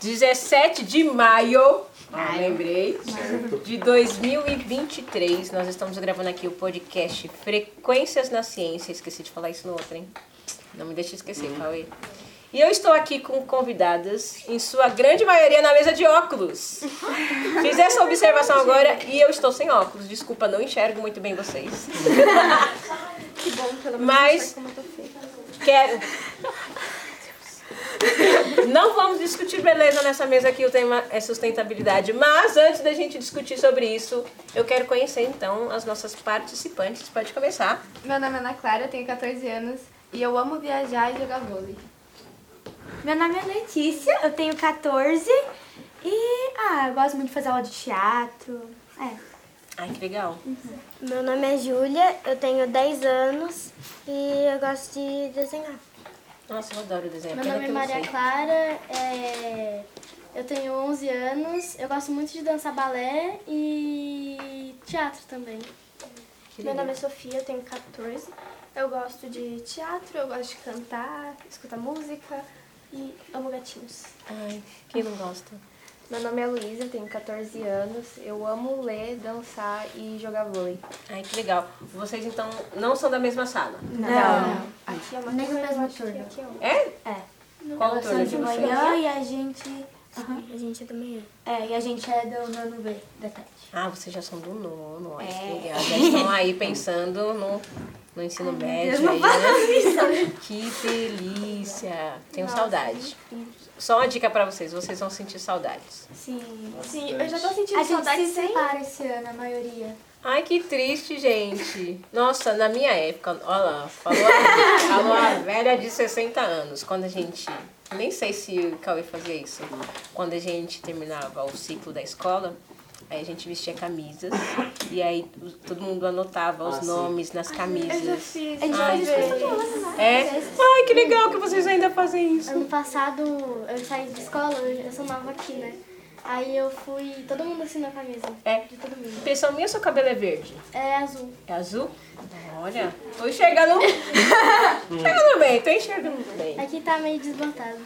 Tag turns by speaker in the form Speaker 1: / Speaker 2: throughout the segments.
Speaker 1: 17 de maio, ah, lembrei, de 2023. Nós estamos gravando aqui o podcast Frequências na Ciência. Esqueci de falar isso no outro, hein? Não me deixe esquecer, hum. Cauê. E eu estou aqui com convidadas, em sua grande maioria na mesa de óculos. Fiz essa observação agora e eu estou sem óculos. Desculpa, não enxergo muito bem vocês.
Speaker 2: que bom, pelo menos.
Speaker 1: Mas
Speaker 2: como eu tô feia.
Speaker 1: quero. Não vamos discutir beleza nessa mesa aqui, o tema é sustentabilidade. Mas antes da gente discutir sobre isso, eu quero conhecer então as nossas participantes. Pode começar.
Speaker 2: Meu nome é Ana Clara, eu tenho 14 anos e eu amo viajar e jogar vôlei.
Speaker 3: Meu nome é Letícia, eu tenho 14 e ah, eu gosto muito de fazer aula de teatro. É.
Speaker 1: Ai, que legal.
Speaker 4: Meu nome é Júlia, eu tenho 10 anos e eu gosto de desenhar.
Speaker 1: Nossa, eu adoro desenhar.
Speaker 5: Meu
Speaker 1: pena
Speaker 5: nome é
Speaker 1: que eu não
Speaker 5: Maria
Speaker 1: sei.
Speaker 5: Clara, é, eu tenho 11 anos, eu gosto muito de dançar balé e teatro também.
Speaker 1: Que
Speaker 2: Meu
Speaker 1: legal.
Speaker 2: nome é Sofia, eu tenho 14. Eu gosto de teatro, eu gosto de cantar, escutar música e amo gatinhos.
Speaker 5: é-
Speaker 1: Ai, quem não gosta?
Speaker 2: Meu nome é Luísa, tenho 14 anos. Eu amo ler, dançar e jogar vôlei.
Speaker 1: Ai, que legal. Vocês então não são da mesma sala?
Speaker 3: Não.
Speaker 2: Aqui é uma
Speaker 3: Nem
Speaker 2: turma,
Speaker 3: no
Speaker 2: eu
Speaker 3: mesmo
Speaker 2: acho que
Speaker 3: turno.
Speaker 2: aqui é outra.
Speaker 1: É?
Speaker 3: É.
Speaker 1: Qual o
Speaker 3: Elas são
Speaker 1: turno de
Speaker 3: de
Speaker 1: vocês?
Speaker 3: manhã e a gente. Aham.
Speaker 4: A gente é do meio.
Speaker 3: É, e a gente é do nono B da tarde.
Speaker 1: Ah, vocês já são do nono, olha que
Speaker 3: É.
Speaker 1: legal. Já estão aí pensando no, no ensino médio aí, né? Que delícia! Tenho saudade. Só uma dica pra vocês, vocês vão sentir saudades.
Speaker 3: Sim.
Speaker 2: Sim, eu já tô sentindo
Speaker 3: A gente
Speaker 2: saudade
Speaker 3: se
Speaker 2: sem.
Speaker 3: separa esse ano, a maioria.
Speaker 1: Ai, que triste, gente. Nossa, na minha época, olha lá, falou a, falou a velha de 60 anos, quando a gente. Nem sei se o Cauê fazia isso. Quando a gente terminava o ciclo da escola, aí a gente vestia camisas e aí os- todo mundo anotava os nomes nas
Speaker 2: Eu já
Speaker 1: camisas.
Speaker 2: fiz.
Speaker 3: A gente
Speaker 1: Ai,
Speaker 3: faz isso todo ano, né?
Speaker 1: É? Ai, que legal que vocês ainda fazem isso.
Speaker 5: Ano passado eu saí de escola, eu eu sou nova aqui, né? Aí eu fui, todo mundo assinou a camisa.
Speaker 1: É.
Speaker 5: De todo mundo.
Speaker 1: Impressão minha ou seu cabelo é verde?
Speaker 5: É azul.
Speaker 1: É azul? Olha, tô enxergando. enxergando bem, tô enxergando bem.
Speaker 5: Aqui tá meio desbotado.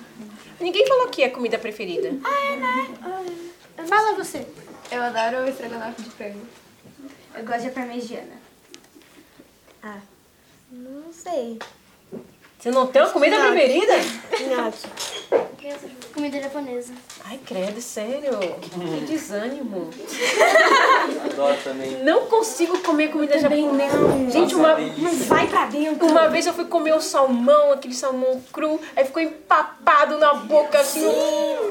Speaker 1: Ninguém falou que é comida preferida.
Speaker 5: Fala você.
Speaker 2: Eu adoro o estrogonofe de frango.
Speaker 3: Eu gosto de parmegiana.
Speaker 4: Ah, não sei.
Speaker 1: Você não tem uma comida preferida?
Speaker 4: Nhoque.
Speaker 5: Comida japonesa.
Speaker 1: Ai, credo, sério. Que desânimo.
Speaker 6: Adoro também.
Speaker 1: Não consigo comer comida japonesa. Gente, uma,
Speaker 3: Vai pra dentro.
Speaker 1: uma vez eu fui comer o salmão, aquele salmão cru, aí ficou empapado na boca assim.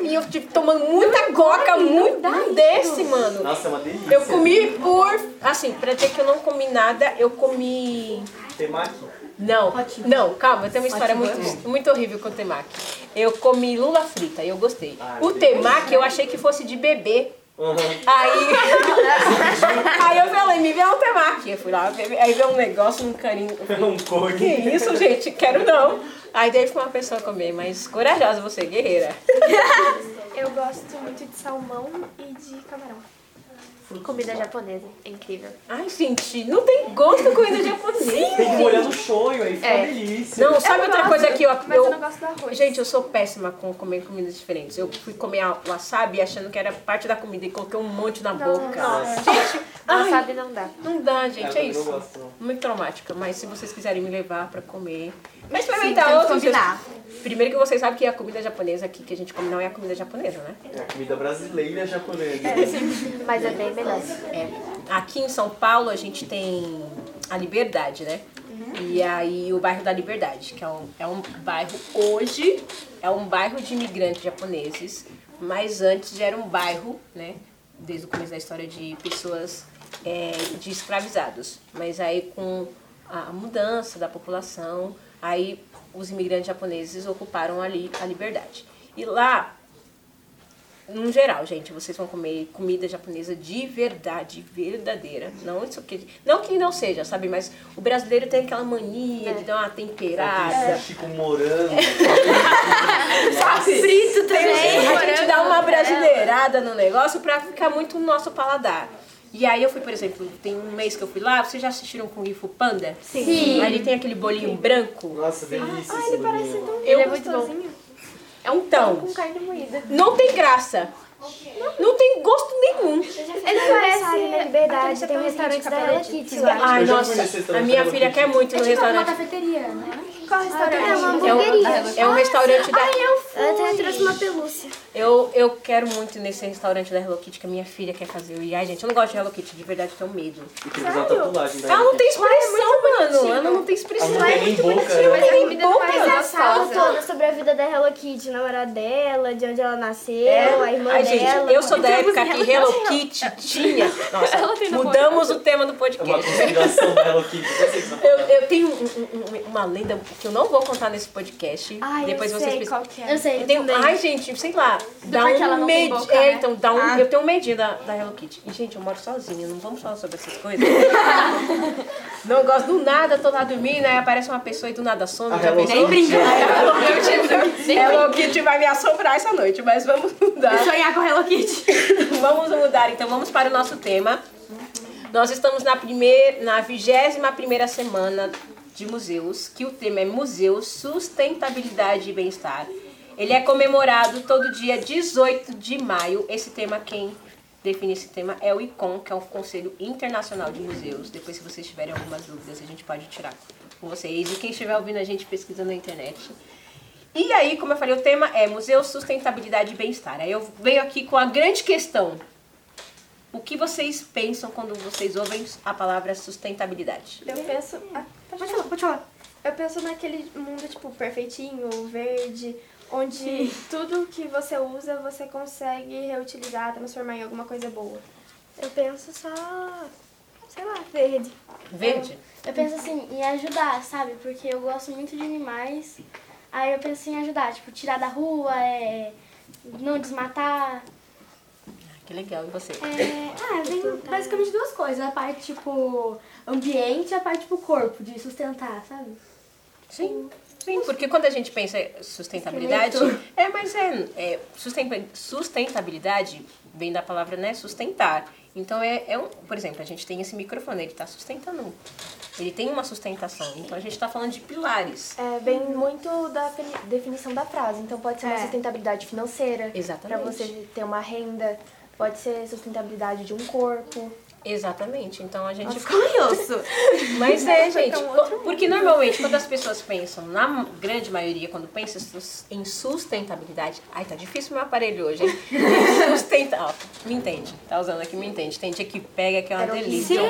Speaker 1: E eu tive tomando muita coca, muito desse, mano.
Speaker 6: Nossa, é uma delícia.
Speaker 1: Eu comi por. Assim, pra dizer que eu não comi nada, eu comi.
Speaker 6: Temaki.
Speaker 1: Não, não, calma, tem uma história muito, muito horrível com o temaki. Eu comi lula frita e eu gostei.
Speaker 6: Ah,
Speaker 1: O
Speaker 6: delícia.
Speaker 1: temaki eu achei que fosse de bebê.
Speaker 6: Uhum.
Speaker 1: Aí, aí eu falei, me vê um temaki. Eu fui lá, bebi- aí veio um negócio, um carinho. Eu falei,
Speaker 6: Um coque.
Speaker 1: que isso, gente? Quero não. Aí daí foi uma pessoa comer, mas corajosa você, guerreira.
Speaker 2: Eu gosto muito de salmão e de camarão.
Speaker 4: Comida japonesa. É incrível.
Speaker 1: Ai, gente, não tem gosto de comida japonesa.
Speaker 6: Tem que molhar no shoyu, aí fica uma
Speaker 2: É.
Speaker 6: delícia.
Speaker 1: Não, sabe
Speaker 2: Eu
Speaker 1: outra
Speaker 2: gosto,
Speaker 1: coisa um que um eu,
Speaker 2: Mas eu não gosto do arroz.
Speaker 1: Gente, eu sou péssima com comer comidas diferentes. Eu fui comer a wasabi achando que era parte da comida e coloquei um monte na boca. Gente, ai,
Speaker 4: Wasabi não dá.
Speaker 1: não dá,
Speaker 6: Eu
Speaker 1: gente, é
Speaker 6: também não
Speaker 1: isso.
Speaker 6: gosto, não.
Speaker 1: Muito traumática, mas se vocês quiserem me levar pra comer. Mas experimentar outros.
Speaker 3: combinar.
Speaker 1: Primeiro que vocês sabem que a comida japonesa aqui que a gente come não é a comida japonesa, né?
Speaker 6: É a comida brasileira japonesa.
Speaker 4: Mas é bem melhor.
Speaker 1: É. Aqui em São Paulo a gente tem a Liberdade, né? E aí o bairro da Liberdade, que é um, é um bairro hoje, é um bairro de imigrantes japoneses, mas antes era um bairro, né? Desde o começo da história de pessoas é, de escravizados. Mas aí com a mudança da população, aí os imigrantes japoneses ocuparam ali a Liberdade. E lá no geral, gente, vocês vão comer comida japonesa de verdade, verdadeira. Não isso que. Não que não seja, sabe? Mas o brasileiro tem aquela mania de dar uma temperada.
Speaker 6: Chico É. morango.
Speaker 1: Sabe?
Speaker 3: Frito também.
Speaker 1: A gente dá uma brasileirada no negócio pra ficar muito no nosso paladar. E aí eu fui, por exemplo, tem um mês que eu fui lá, vocês já assistiram Kung Fu Panda?
Speaker 5: Sim.
Speaker 1: Aí ele tem aquele bolinho branco.
Speaker 6: Nossa, delícia.
Speaker 2: Ah,
Speaker 6: esse
Speaker 2: ele parece
Speaker 6: bolinho.
Speaker 2: tão
Speaker 1: Eu-
Speaker 2: gostosinho.
Speaker 1: É um tão.
Speaker 2: Com carne moída.
Speaker 1: Não tem graça. Não tem gosto nenhum.
Speaker 4: Ele parece na liberdade,
Speaker 2: aquele
Speaker 4: tem um
Speaker 2: chapéuzinho
Speaker 4: restaurante
Speaker 2: de
Speaker 4: da Hello
Speaker 2: camarão.
Speaker 4: Kitty.
Speaker 1: Ai,
Speaker 6: Eu já
Speaker 1: nossa,
Speaker 6: fui nesse
Speaker 1: a
Speaker 6: restaurante
Speaker 1: minha
Speaker 6: Hello
Speaker 1: filha
Speaker 6: Kitty.
Speaker 1: quer muito no
Speaker 3: Uma
Speaker 1: restaurante.
Speaker 3: cafeteria, né?
Speaker 2: Qual restaurante?
Speaker 4: É uma
Speaker 1: É um,
Speaker 4: hamburgueria.
Speaker 1: é um restaurante da.
Speaker 4: Eu até trouxe uma pelúcia.
Speaker 1: Eu, eu quero muito nesse restaurante da Hello Kitty que a minha filha quer fazer. E ai, gente, eu não gosto de Hello Kitty, de verdade, eu tenho medo.
Speaker 6: E tem que usar tatuagem né? daí.
Speaker 1: Ela não tem expressão, mano. Ela é não tem
Speaker 6: é Ela
Speaker 1: expressão.
Speaker 6: não tem nem boca.
Speaker 2: Mas
Speaker 6: né?
Speaker 2: a comida do país é
Speaker 4: Fala
Speaker 2: gostosa.
Speaker 4: toda sobre a vida da Hello Kitty, o namorado dela, de onde ela nasceu, a irmã
Speaker 1: É. Ai, gente,
Speaker 4: dela.
Speaker 1: eu sou da época que Hello Kitty tinha. Nossa, mudamos o tema do
Speaker 6: É uma
Speaker 1: podcast.
Speaker 6: conspiração da Hello Kitty. Eu sei que você tá
Speaker 1: Eu,
Speaker 6: falando.
Speaker 1: eu tenho um- um- um- uma lenda que eu não vou contar nesse podcast.
Speaker 2: Ai,
Speaker 1: Depois
Speaker 2: Ah, eu
Speaker 1: vocês
Speaker 2: sei
Speaker 1: pesquisam.
Speaker 2: qual que é.
Speaker 5: Eu sei.
Speaker 1: Eu
Speaker 4: um
Speaker 1: tenho, ai, gente, sei lá, dá
Speaker 5: porque ela
Speaker 1: um
Speaker 5: não tem
Speaker 1: medinho.
Speaker 5: boca,
Speaker 1: É,
Speaker 5: né?
Speaker 1: então, dá um, eu tenho um medinho da, da Hello Kitty. E, gente, eu moro sozinha, não vamos falar sobre essas coisas. não gosto do nada, tô lá dormindo, aí aparece uma pessoa e do nada some.
Speaker 6: A
Speaker 1: já
Speaker 6: Hello
Speaker 1: pensou?
Speaker 6: Kitty.
Speaker 1: Hello Kitty vai me assombrar essa noite, mas vamos mudar.
Speaker 3: Sonhar com Hello Kitty.
Speaker 1: vamos mudar, então, vamos para o nosso tema. Nós estamos na primeira, na 21 semana de museus, que o tema é Museu, Sustentabilidade e Bem-Estar. Ele é comemorado todo dia 18 de maio. Esse tema, quem define esse tema é o ICOM, que é o Conselho Internacional de Museus. Depois, se vocês tiverem algumas dúvidas, a gente pode tirar com vocês. E quem estiver ouvindo a gente pesquisando na internet. E aí, como eu falei, o tema é Museu, Sustentabilidade e Bem-Estar. Aí eu venho aqui com a grande questão. O que vocês pensam quando vocês ouvem a palavra sustentabilidade?
Speaker 2: Eu penso. Ah, pode falar, pode falar. Eu penso naquele mundo, tipo, perfeitinho, verde, onde tudo que você usa você consegue reutilizar, transformar em alguma coisa boa.
Speaker 4: Eu penso só, sei lá, verde.
Speaker 1: Verde?
Speaker 5: Eu penso assim, em ajudar, sabe? Porque eu gosto muito de animais. Aí eu penso em ajudar, tipo, tirar da rua, é, não desmatar.
Speaker 1: Ah, Que legal, e você?
Speaker 3: É, ah, vem basicamente duas coisas. A parte, tipo, ambiente e a parte, tipo, corpo, de sustentar, sabe?
Speaker 1: Sim. Sim, porque quando a gente pensa em sustentabilidade, é, mas é, é susten- sustentabilidade vem da palavra, né, sustentar. Então é, é um, por exemplo, a gente tem esse microfone, ele está sustentando. um, Ele tem uma sustentação. Então a gente está falando de pilares.
Speaker 7: É, vem muito da fini- definição da frase. Então, pode ser uma
Speaker 3: É.
Speaker 7: sustentabilidade financeira. Pra
Speaker 1: Exatamente.
Speaker 7: você ter uma renda. Pode ser sustentabilidade de um corpo.
Speaker 1: Exatamente. Então a gente
Speaker 3: Curioso.
Speaker 1: Mas é, gente, co- porque normalmente quando as pessoas pensam, na m- grande maioria, quando pensam sus- em sustentabilidade, ai, tá difícil meu aparelho hoje, hein? Sustenta... ó, me entende, tá usando aqui, me entende. Tem dia que pega, que é uma delícia.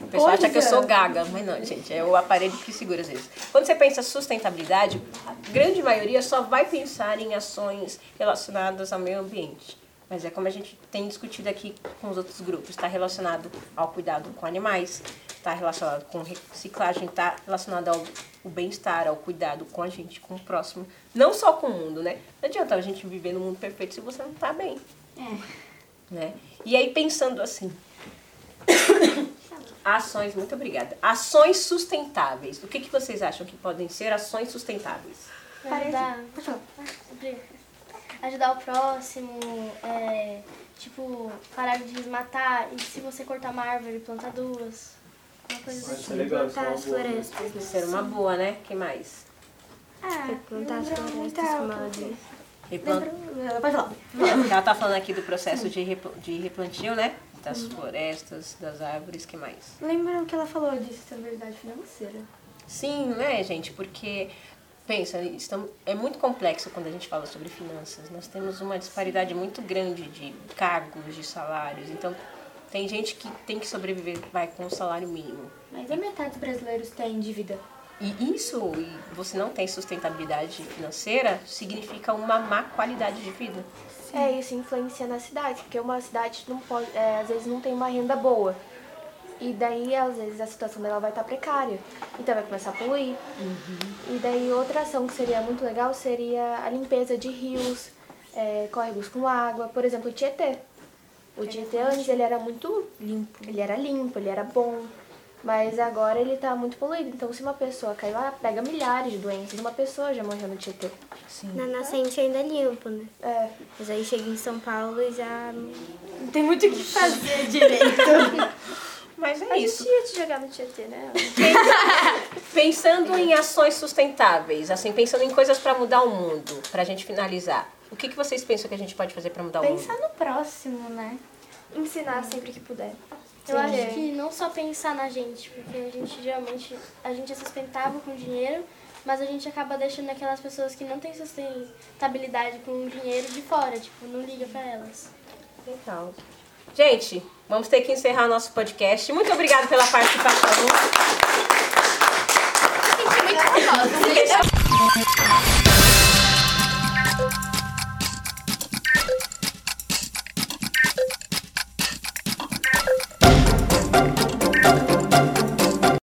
Speaker 1: O pessoal acha que eu sou gaga, mas não, gente, é o aparelho que segura às vezes. Quando você pensa sustentabilidade, a grande maioria só vai pensar em ações relacionadas ao meio ambiente. Mas é como a gente tem discutido aqui com os outros grupos, está relacionado ao cuidado com animais, está relacionado com reciclagem, está relacionado ao o bem-estar, ao cuidado com a gente, com o próximo, não só com o mundo, né? Não adianta a gente viver num mundo perfeito se você não está bem. Né? E aí pensando assim, Ações, muito obrigada. Ações sustentáveis. O que, que vocês acham que podem ser ações sustentáveis?
Speaker 5: Ajudar. Ajudar o próximo, é, tipo, parar de desmatar. E se você cortar uma árvore, plantar duas. Uma coisa assim.
Speaker 6: Isso é legal, isso é
Speaker 4: Plantar
Speaker 6: uma
Speaker 4: as
Speaker 6: boa, né?
Speaker 4: florestas, né?
Speaker 1: Ser uma boa, né? que mais?
Speaker 3: É,
Speaker 4: Plantar as florestas com ela de-
Speaker 1: Replan...
Speaker 3: Pode falar.
Speaker 1: Ela tá falando aqui do processo de, repl- de replantio, né? Das florestas, das árvores, que mais?
Speaker 3: Lembra o que ela falou de sustentabilidade financeira?
Speaker 1: Sim, né, gente? Porque, pensa, estamos, é muito complexo quando a gente fala sobre finanças. Nós temos uma disparidade muito grande de cargos, de salários. Então, tem gente que tem que sobreviver vai com o salário mínimo.
Speaker 3: Mas a metade dos brasileiros tem dívida.
Speaker 1: E isso, e você não tem sustentabilidade financeira, significa uma má qualidade de vida.
Speaker 7: É, isso influencia na cidade, porque uma cidade não pode, é, às vezes não tem uma renda boa. E daí, às vezes, a situação dela vai estar precária. Então vai começar a poluir.
Speaker 3: Uhum.
Speaker 7: E daí outra ação que seria muito legal seria a limpeza de rios, é, córregos com água, por exemplo, o Tietê. O Tietê antes ele era muito limpo, ele era limpo, ele era bom, mas agora ele tá muito poluído. Então se uma pessoa cair lá, pega milhares de doenças, uma pessoa já morreu no Tietê.
Speaker 5: assim.
Speaker 4: Na nascente ainda é limpo, né?
Speaker 7: É,
Speaker 4: Mas aí chega em São Paulo e já.
Speaker 3: Não tem muito o que fazer direito.
Speaker 1: Mas é
Speaker 2: A
Speaker 1: isso.
Speaker 2: gente ia te jogar no Tietê, né?
Speaker 1: Pensando em ações sustentáveis, assim, pensando em coisas pra mudar o mundo, pra gente finalizar. O que, que vocês pensam que a gente pode fazer pra mudar o mundo?
Speaker 3: Pensar no próximo, né?
Speaker 2: Ensinar sempre que puder.
Speaker 5: Eu
Speaker 2: Sim.
Speaker 5: acho que não só pensar na gente, porque a gente geralmente a gente é sustentável com dinheiro, mas a gente acaba deixando aquelas pessoas que não têm sustentabilidade com o dinheiro de fora, tipo, não liga pra elas.
Speaker 1: Legal. Então, Gente, vamos ter que encerrar nosso podcast. Muito obrigada pela participação.